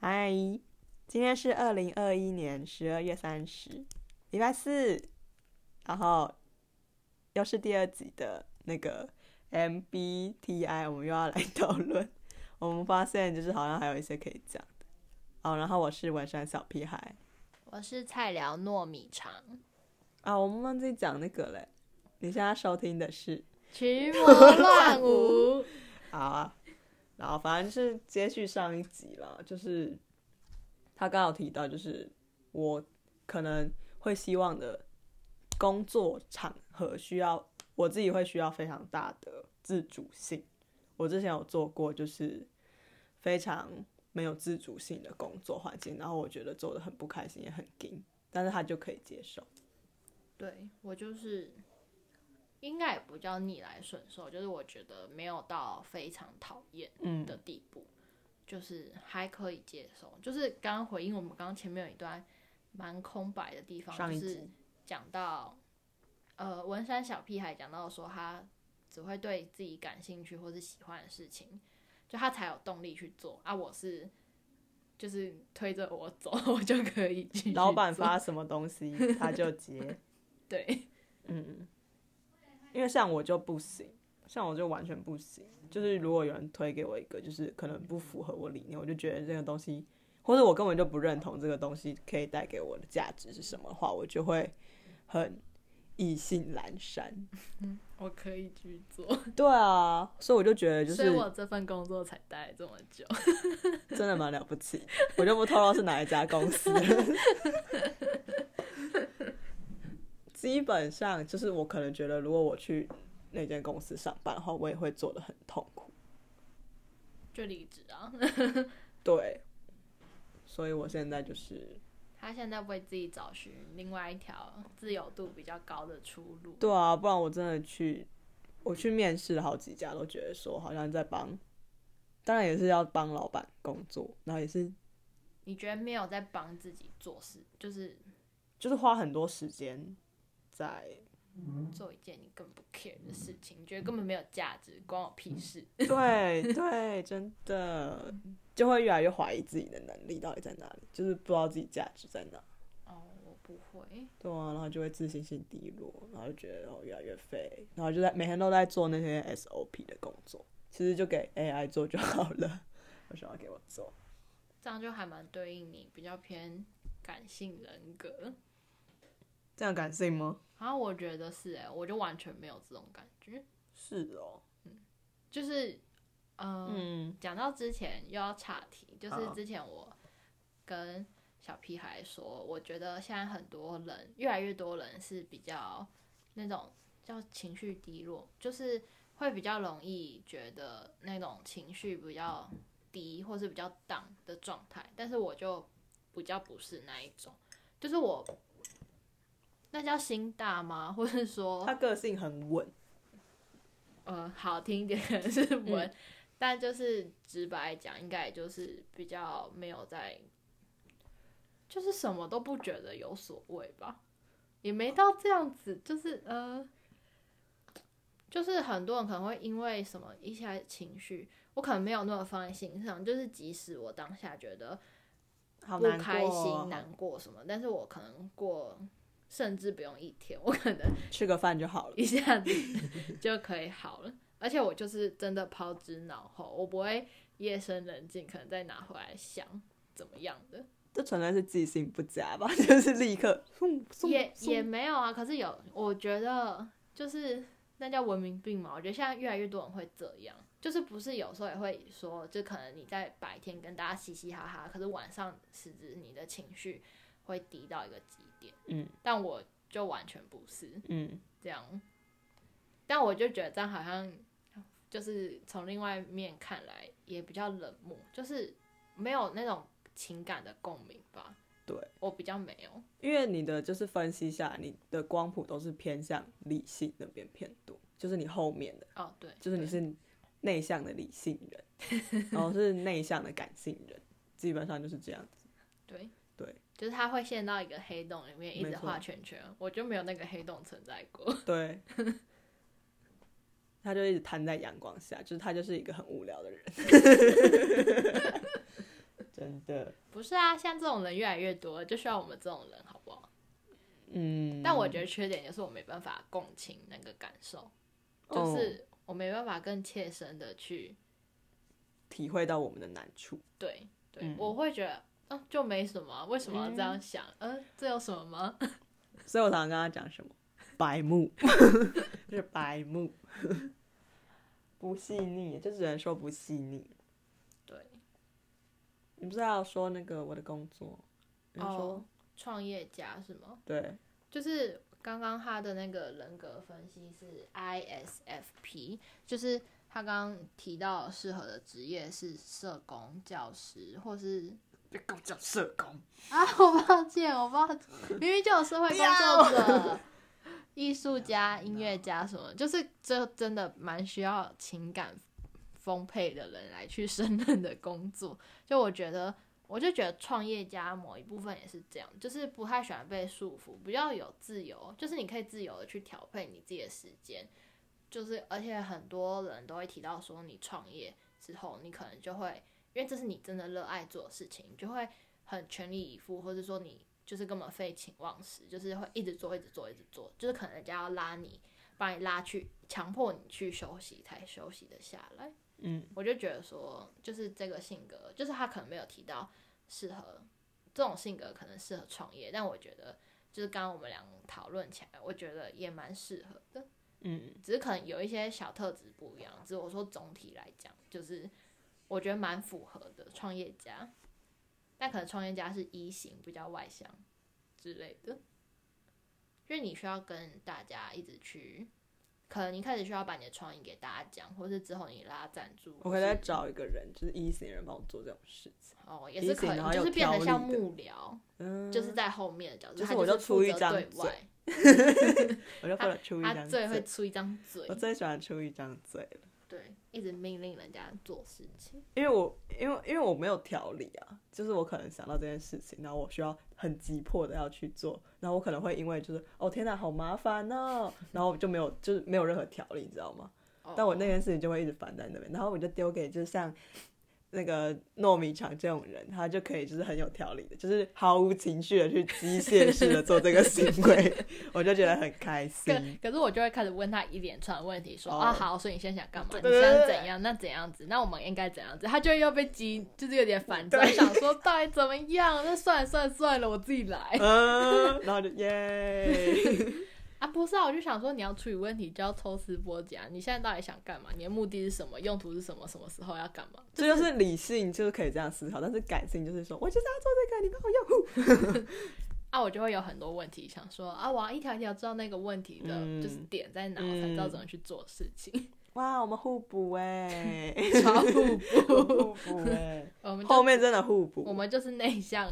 嗨，今天是二零二一年十二月三十，礼拜四，然后又是第二集的那个 MBTI，我们又要来讨论。我们发现就是好像还有一些可以讲的。哦，然后我是文山小屁孩我是菜聊糯米肠，啊，我们忘记讲那个嘞。你现在收听的是群魔乱舞。好啊，然后反正是接续上一集了，就是他刚好提到，就是我可能会希望的工作场合需要我自己会需要非常大的自主性。我之前有做过，就是非常没有自主性的工作环境，然后我觉得做的很不开心，也很硬，但是他就可以接受。对我就是，应该也不叫逆来顺受，就是我觉得没有到非常讨厌嗯的地步，就是还可以接受。就是刚刚回应我们刚刚前面有一段蛮空白的地方，上一就集是讲到呃文山小屁孩讲到说他只会对自己感兴趣或是喜欢的事情，就他才有动力去做啊。我是就是推着我走， 我就可以去。老板发什么东西，他就接。对，嗯，因为像我就不行，像我就完全不行。就是如果有人推给我一个，就是可能不符合我理念，我就觉得这个东西，或者我根本就不认同这个东西可以带给我的价值是什么的话，我就会很意兴阑珊。我可以去做。对啊，所以我就觉得就所以是我这份工作才待这么久。真的蛮了不起，我就不透露是哪一家公司 了。基本上就是我可能觉得，如果我去那间公司上班的话，我也会做的很痛苦。 就离职啊！对，所以我现在就是他现在为自己找寻另外一条自由度比较高的出路。对啊，不然我真的去我去面试了好几家，都觉得说好像在帮，当然也是要帮老板工作，然后也是你觉得没有在帮自己做事，就是就是花很多时间在 做一件你根本不 care 的事情，你觉得根本没有价值，关我屁 事。对对，真的就会越来越怀疑自己的能力到底在哪里，就是不知道自己价值在哪。哦，我不会。对啊，然后就会自信心低落，然后就觉得哦越来越废，然后就在每天都在做那些 SOP 的工作，其实就给 AI 做就好了。为什么要给我做？这样就还蛮对应你比较偏感性人格。这样感性吗？然后我觉得是哎、我就完全没有这种感觉，是哦，就是嗯嗯，讲到之前又要岔题，就是好之前我跟小屁孩说，我觉得现在很多人，越来越多人是比较那种叫情绪低落，就是会比较容易觉得那种情绪比较低或是比较 down 的状态，但是我就比较不是那一种，就是我那叫心大吗？或是说嗯他个性很稳，呃，好听一点可能是文，嗯但就是直白讲，应该也就是比较没有在，就是什么都不觉得有所谓吧，也没到这样子，就是呃，就是很多人可能会因为什么一些情绪，我可能没有那么放在心上，就是即使我当下觉得好不难开过哦心、啊难过什么，但是我可能过甚至不用一天，我可能。吃个饭就好了。 一下子就可以好了。而且我就是真的抛之脑后，我不会夜深人静可能再拿回来想怎么样的，这纯粹是记性不佳吧， 就是立刻送送也送也没有啊。可是有，我觉得就是那叫文明病嘛。我觉得现在越来越多人会这样，就是不是有时候也会说，就可能你在白天跟大家嘻嘻哈哈，可是晚上实质你的情绪会低到一个极点。嗯，但我就完全不是，嗯，这样。但我就觉得这样好像就是从另外一面看来也比较冷漠，就是没有那种情感的共鸣吧。对，我比较没有。因为你的就是分析下来，你的光谱都是偏向理性那边偏多，就是你后面的，哦，对，就是你对是内向的理性人，然后是内向的感性人，基本上就是这样子。对对，就是他会陷到一个黑洞里面，一没直错画圈圈，我就没有那个黑洞存在过。 对，他就一直摊在阳光下，就是他就是一个很无聊的人，真的。不是啊，像这种人越来越多，就需要我们这种人，好不好？嗯， 但我觉得缺点就是我没办法共情那个感受，哦就是我没办法更切身的去体会到我们的难处。对对，我会觉得。嗯、就没什么啊，为什么要这样想？嗯、呃，这有什么吗？所以我常常跟他讲什么白目， 就是白目，不细腻，就只能说不细腻。对，你不是要说那个我的工作？你说、哦， 创业家是吗？对，就是刚刚他的那个人格分析是 ISFP，就是他刚刚提到适合的职业是社工、教师或是别跟我讲社工，啊，我抱歉，我抱歉，明明就有社会工作者、艺术家、音乐家什么，就是这真的蛮需要情感丰沛的人来去胜任的工作。就我觉得，我就觉得创业家某一部分也是这样，就是不太喜欢被束缚，比较有自由，就是你可以自由的去调配你自己的时间。就是而且很多人都会提到说，你创业之后，你可能就会，因为这是你真的热爱做的事情，你就会。很全力以赴，或者说你就是根本废寝忘食，就是会一直做，一直做，一直做，就是可能人家要拉你，把你拉去，强迫你去休息才休息得下来。嗯，我就觉得说，就是这个性格，就是他可能没有提到适合这种性格，可能适合创业，但我觉得就是刚刚我们俩讨论起来，我觉得也蛮适合的，嗯，只是可能有一些小特质不一样，只是我说总体来讲，就是我觉得蛮符合的创业家。但可能创业家是一型，比较外向之类的，因为你需要跟大家一直去，可能一开始需要把你的创意给大家讲，或是之后你拉赞助，我可以再找一个人，就是一型人帮我做这种事情。哦，也是可 E 型然后以，有就是变成像条理的幕僚，嗯，就是在后面的角色，就是他我就就出一负责张对嘴外，我就不能出一他张最会嘴，出一张嘴 我，最喜欢出一张嘴了，对，一直命令人家做事情，因为我因为因为我没有条理啊，就是我可能想到这件事情，然后我需要很急迫的要去做，然后我可能会因为就是哦天哪，好麻烦哦，然后我就没有就是没有任何条理，你知道吗？哦但我那件事情就会一直烦在那边，然后我就丢给就像那个糯米肠这种人，他就可以就是很有条理的，就是毫无情绪的去机械式的做这个行 为，我就觉得很开可心。可是我就会开始问他一连串的问题说，哦啊好，所以你现在想干嘛？对你对对想对怎样？那怎样子？那我们应该怎样子？他就又被激，就是有点烦躁， 对想说到底怎么样？那算了算了算了，我自己来。 嗯，然后就耶， 啊，不是啊，我就想说你要处理问题就要抽丝剥茧，你现在到底想干嘛？你的目的是什么？用途是什么？什么时候要干嘛？这就是理性，就是可以这样思考，但是感性就是说我就是要做这个，你帮我用。 呼啊，我就会有很多问题，想说啊，我要一条一条知道那个问题的，嗯就是点在哪，我才知道嗯怎么去做事情。哇，我们互补哎，超互补， 互补哎， 我们就后面真的互我补，们就是内向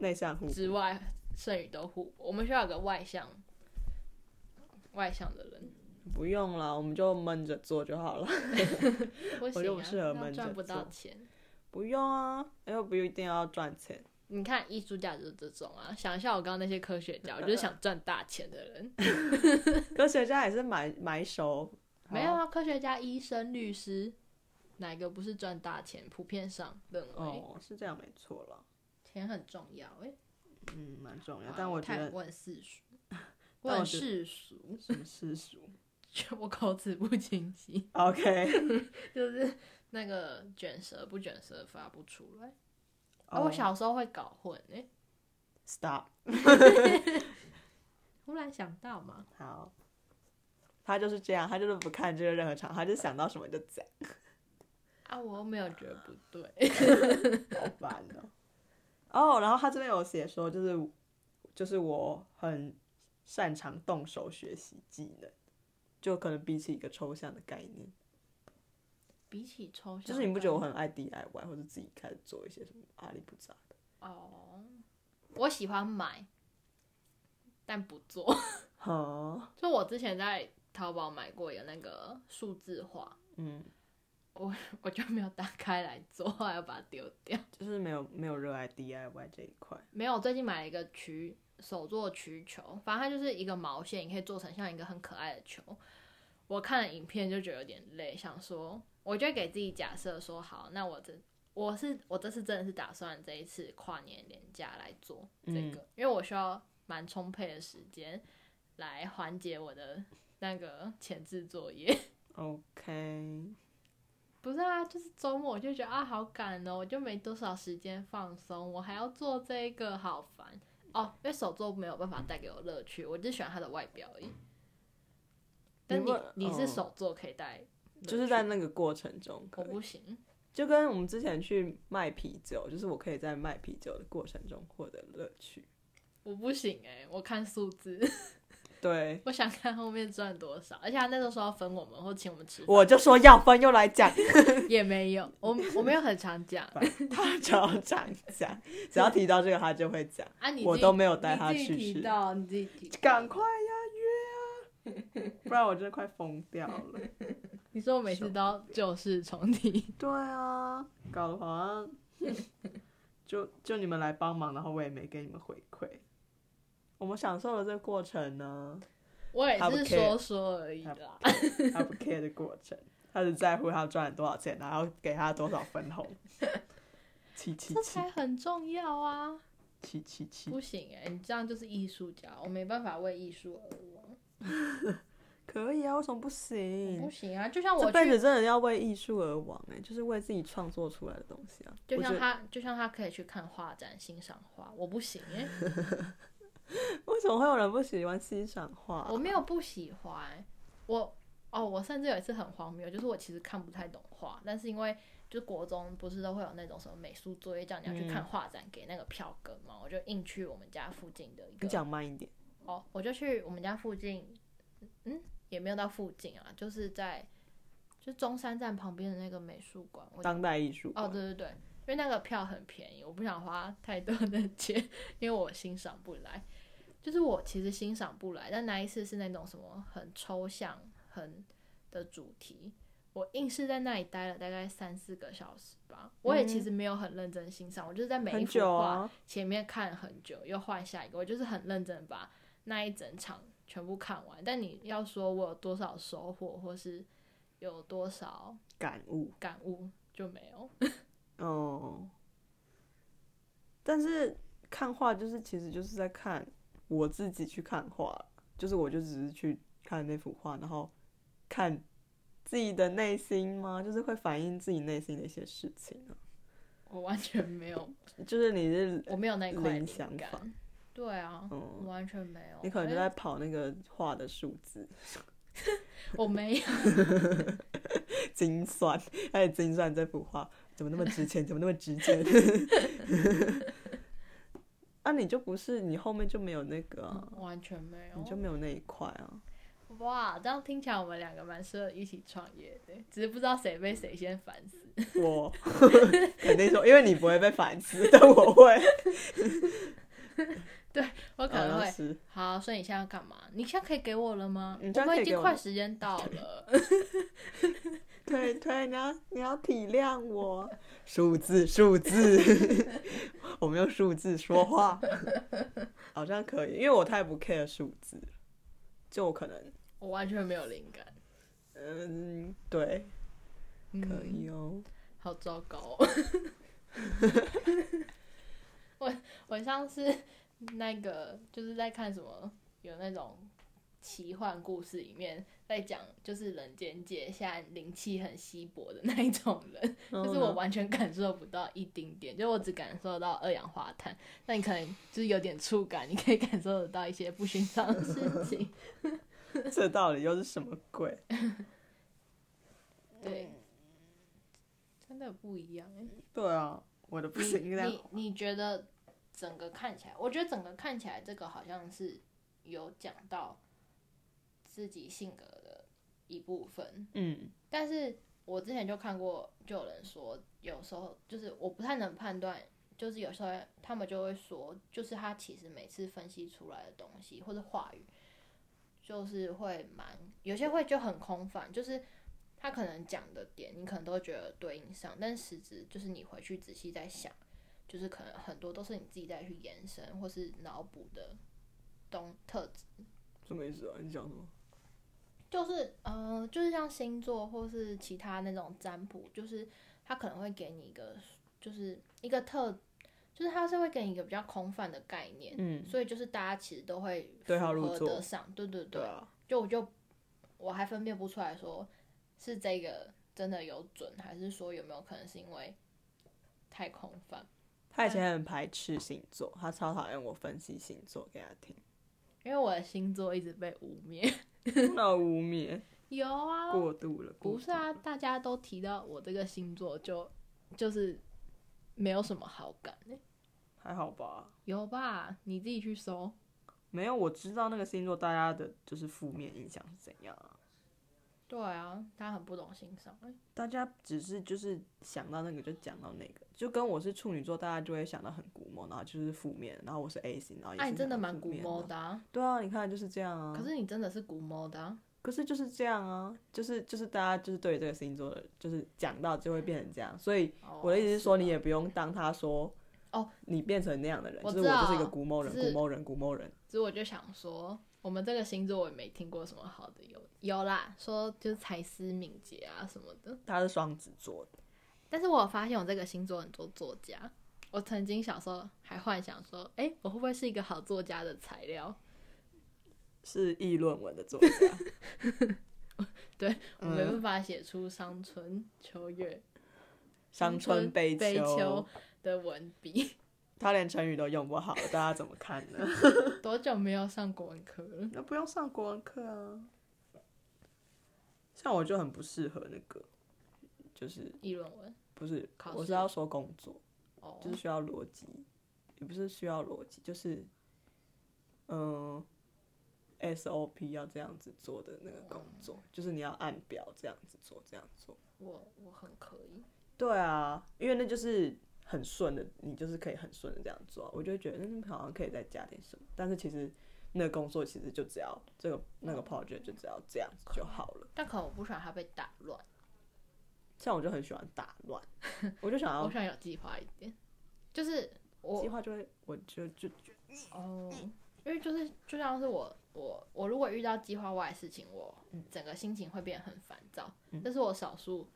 内向互补。之外，剩余都互补。我们需要有个外向、外向的人，不用了，我们就闷着做就好了。不我行、就哦啊不，适合那闷赚着不到做钱。不用啊，又不一定要赚钱。 你看，艺术家就是这种啊。想一下我刚刚那些科学家，我就是想赚大钱的 人。科学家也是买买手，没有啊，科学家、医生、律师，哪个不是赚大钱？普遍上认为、哦，是这样没错了，钱很重要、欸。嗯，蛮重哎要。，但我觉太得嗯问世 俗，但我问觉得世俗， 什么世俗我口齿不清晰， ？OK，就是那个卷舌不卷舌发不出来。啊，哦我小时候会搞混哎、欸 stop 忽然想到嘛，好。他就是这样，他就是不看这个任何场，他就想到什么就讲，啊，我又没有觉得不对，好烦哦。 哦，然后他这边有写说，就是就是我很擅长动手学习技能，就可能比起一个抽象的概念，比起抽象，就是你不觉得我很爱 DIY，或者自己开始做一些什么阿里不杂的？哦？我喜欢买，但不做。 好，就我之前在淘宝买过有那个数字画，嗯，我 就没有打开来做，后来又把它丢掉。就是没有没有热爱 DIY 这一块。没有，最近买了一个曲手做曲球，反正它就是一个毛线，你可以做成像一个很可爱的球。我看了影片就觉得有点累，想说，我就会给自己假设说，好，那我这我是我这次真的是打算这一次跨年年假来做这个，因为我需要蛮充沛的时间来缓解我的那个前置作业。 OK，不是啊，就是周末我就觉得啊好赶哦，我就没多少时间放松，我还要做这个，好烦哦。因为手作没有办法带给我乐趣，我只喜欢它的外表嗯而已。但你你问你是哦手作可以带乐趣，就是在那个过程中可我以，不行，就跟我们之前去卖啤酒，就是我可以在卖啤酒的过程中获得乐趣。我不行哎、我看数字。 对，我想看后面赚多少，而且他那时候说要分我们或请我们吃饭，我就说要分又来讲， 也没有，我我没有很常 讲他只要这样讲，只要提到这个他就会讲。啊，你我自己都没有带他你自己去提吃到你自己提，赶快，呀约啊，不然我真的快疯掉了。你说我每次都要旧事重提，对啊，搞得好 像就就你们来帮忙，然后我也没给你们回馈。我们享受了这个过程 呢，我也他不是 care 说说而已啦。他不 care 的过程，他只在乎他赚了多少钱，然后给他多少分 红。七七这七才很重要啊！七七七，不行哎、你这样就是艺术家，我没办法为艺术而活，可以啊，为什么不我不行？行啊！就像我这辈去，子真的要为艺术而亡哎、就是为自己创作出来的东西 啊。就我觉像得他，就像他可以去看画展欣赏画，我不行哎、为什么会有人不喜欢欣赏画？我没有不喜欢，我哦，我甚至有一次很荒谬，就是我其实看不太懂画，但是因为就是国中不是都会有那种什么美术作业，叫你要去嗯看画展，给那个票根嘛，我就硬去我们家附近的一你个讲慢一点。哦，我就去我们家附近，嗯，也没有到附近啊，就是在就中山站旁边的那个美术馆，我当代艺术哦，馆对对对，因为那个票很便宜，我不想花太多的钱， 因为我欣赏不来。就是我其实欣赏不来，但那一次是那种什么很抽象、很的主题，我硬是在那里待了大概三四个小时吧。我也其实没有很认真欣赏，我就是在每一嗯很幅久画啊，前面看很久，又换下一个，我就是很认真地把那一整场全部看完。但你要说我有多少收获，或是有多少感悟感悟，就没有。哦。但是看画就是其实就是在看我自己去看画，就是我就只是去看那幅画，然后看自己的内心吗？就是会反映自己内心的一些事情啊。我完全没有，就是你是我没有那一块零灵想法感。对啊，我嗯，完全没有。哎你可能就在而跑那个画的数字且我没有，精算，开始精算这幅画怎么那么值钱，怎么那么值钱。 啊，你就不是你后面就没有那个啊、完全没你就有。没有那一块啊。哇，这样听起来我们两个蛮适合一起创业的，只是不知道谁被谁先烦死。我 肯定说，因为你不会被反思，但我会。 我可能好像会。是好，所以你现在要干嘛？你现在可以给我了哦吗？你现在我们可已以给经我快吗时间到了。对对，你要你要体谅我。数字数字， 我们用数字说话， 好像可以，因为我太不 care 数字了，就我可能，我完全没有灵感。嗯，对，嗯可以哦。好糟糕、哦。我我上次那个就是在看什么，有那种奇幻故事里面在讲，就是人间界现在灵气很稀薄的那一种人，然就后是我呢完全感受不到一丁点，就我只感受到二氧化碳。那你可能就是有点触感，你可以感受得到一些不寻常的事情。这到底又是什么鬼？对，真的不一样、欸。对啊，我的不行，你这样你你觉得整个看起来，我觉得整个看起来这个好像是有讲到自己性格的一部分，嗯，但是我之前就看过，就有人说，有时候就是我不太能判断，就是有时候他们就会说，就是他其实每次分析出来的东西或者话语，就是会蛮有些会就很空泛，就是他可能讲的点，你可能都会觉得对应上，但实质就是你回去仔细再想，就是可能很多都是你自己再去延伸或是脑补的东特质。什么意思啊？你讲什么？就是呃，就是像星座或是其他那种占卜，就是他可能会给你一个就是一个特，就是他是会给你一个比较空泛的概念，嗯，所以就是大家其实都会对号入符合座得上，对对对，对啊，就我就我还分辨不出来说是这个真的有准，还是说有没有可能是因为太空泛，他以嗯前很排斥星座，他超讨厌我分析星座给他听， 因为我的星座一直被污蔑。 那污蔑有啊，过度了，不过是啊，大家都提到我这个星座就就是没有什么好感、欸，还好吧？有吧？你自己去搜。没有，我知道那个星座大家的就是负面印象是怎样啊。对啊，他很不懂欣赏、欸。大家只是就是想到那个就讲到那个，就跟我是处女座，大家就会想到很古魔，然后就是负面，然后我是 A 型，然后也那、是、啊你真的蛮古猫魔。的、啊，对啊，你看就是这样啊。可是你真的是古猫的、啊。可是就是这样啊，就是就是大家就是对这个星座的，就是讲到就会变成这样，所以哦我的意思是说，吧你也不用当他说哦，你变成那样的人，我就是知我道就是一个古某人，只是古某人，古某 人。所以我就想说，我们这个星座我也没听过什么好的有有啦，说就是才思敏捷啊什么的。他是双子座的，但是我有发现我这个星座很多作家，我曾经小时候还幻想说，哎、我会不会是一个好作家的材料？是议论文的 作家。对我没嗯办法写出伤春秋月、伤春悲悲秋，的文笔。 他连成语都用不好，大家怎么看呢？多久没有上国文课 了？那不用上国文课啊。像我就很不适合那个，就是议论文不是，考试我是要说工作，哦就是需要逻辑，也不是需要逻辑，就是嗯、SOP 要这样子做的那个工作，就是你要按表这样子做，这样做。我我很可以，对啊，因为那就是很顺的，你就是可以很顺的这样做啊。我就会觉得，嗯，好像可以再加点什么，但是其实那个工作其实就只要这个那个 project 就只要这样子就好了。但可能我不喜欢它被打乱，像我就很喜欢打乱，我就想我要喜欢有计划一点，就是我计划就会，我就就就哦，因为就是就像是我我我如果遇到计划外的事情，我嗯整个心情会变得很烦躁，这是我少数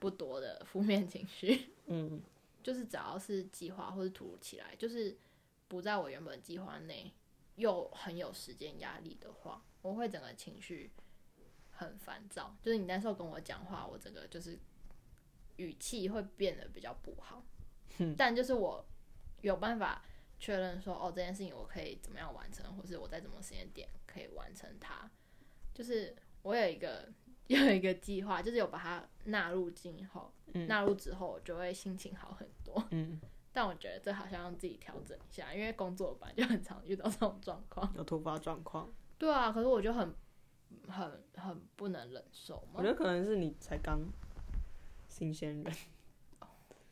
不多的负面情绪。嗯，就是只要是计划或是突如其来，就是不在我原本计划内，又很有时间压力的话，我会整个情绪很烦躁。就是你那时候跟我讲话，我整个就是语气会变得比较不好。但就是我有办法确认说，哦，这件事情我可以怎么样完成，或是我在什么时间点可以完成它。就是我有一个 有一个计划，就是有把它纳入进后，纳入之后，我就会心情好很多。嗯， 但我觉得这好像要自己调整一下，因为工作本来就很常遇到这种状况。有突发状况。对啊，可是我就很很很不能忍受我嘛觉。得可能是你才刚新鲜人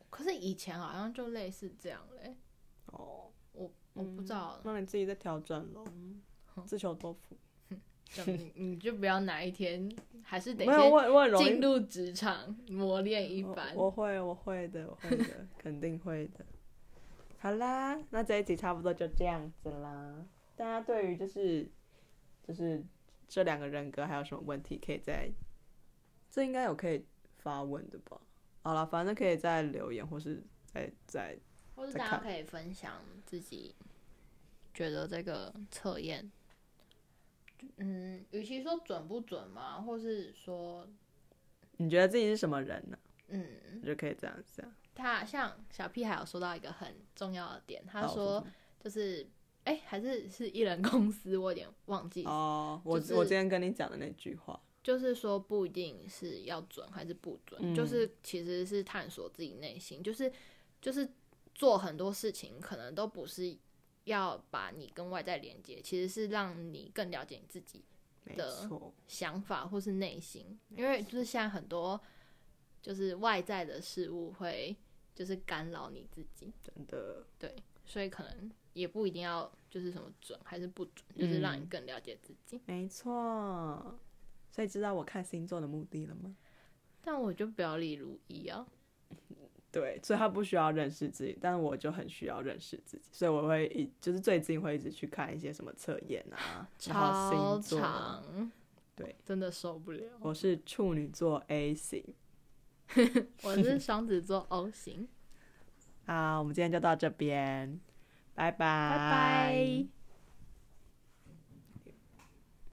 可是以前好像就类似这样嘞、哦，我我不知道，那你自己再调整咯，哦自求多福。就你 你就不要哪一天还是得没先有，我很我很容进易，入职场磨练一番。我我会我会的，我会的，肯定会的。 好啦，那这一集差不多就这样子啦。大家对于就是就是这两个人格还有什么问题，可以在这应该有可以发问的吧？好了，反正可以在留言或是在在或者再大家看可以分享自己觉得这个测验，嗯，与其说准不准嘛，或是说，你觉得自己是什么人呢、嗯，就可以这样想。他像小屁孩有说到一个很重要的点，他好说就是，哎、还是是艺人公司，我有点忘记，哦，我、就是我今天跟你讲的那句话，就是说不一定是要准还是不准，嗯就是其实是探索自己内心，就是就是做很多事情可能都不是要把你跟外在连接，其实是让你更了解你自己没的错，想法或是内心，因为就是现在很多就是外在的事物会就是干扰你自己，真的，对，所以可能也不一定要就是什么准还是不准，就是让你嗯更了解自己。没错。所以知道我看星座的目的了吗？但我就不要理如一啊。对，所以他不需要认识自己，但是我就很需要认识自己，所以我会一就是最近会一直去看一些什么测验啊，然后星超座啊。长，对，真的受不了。我是处女座 A 型，我是双子座 O 型，好，我们今天就到这边，拜拜，拜拜。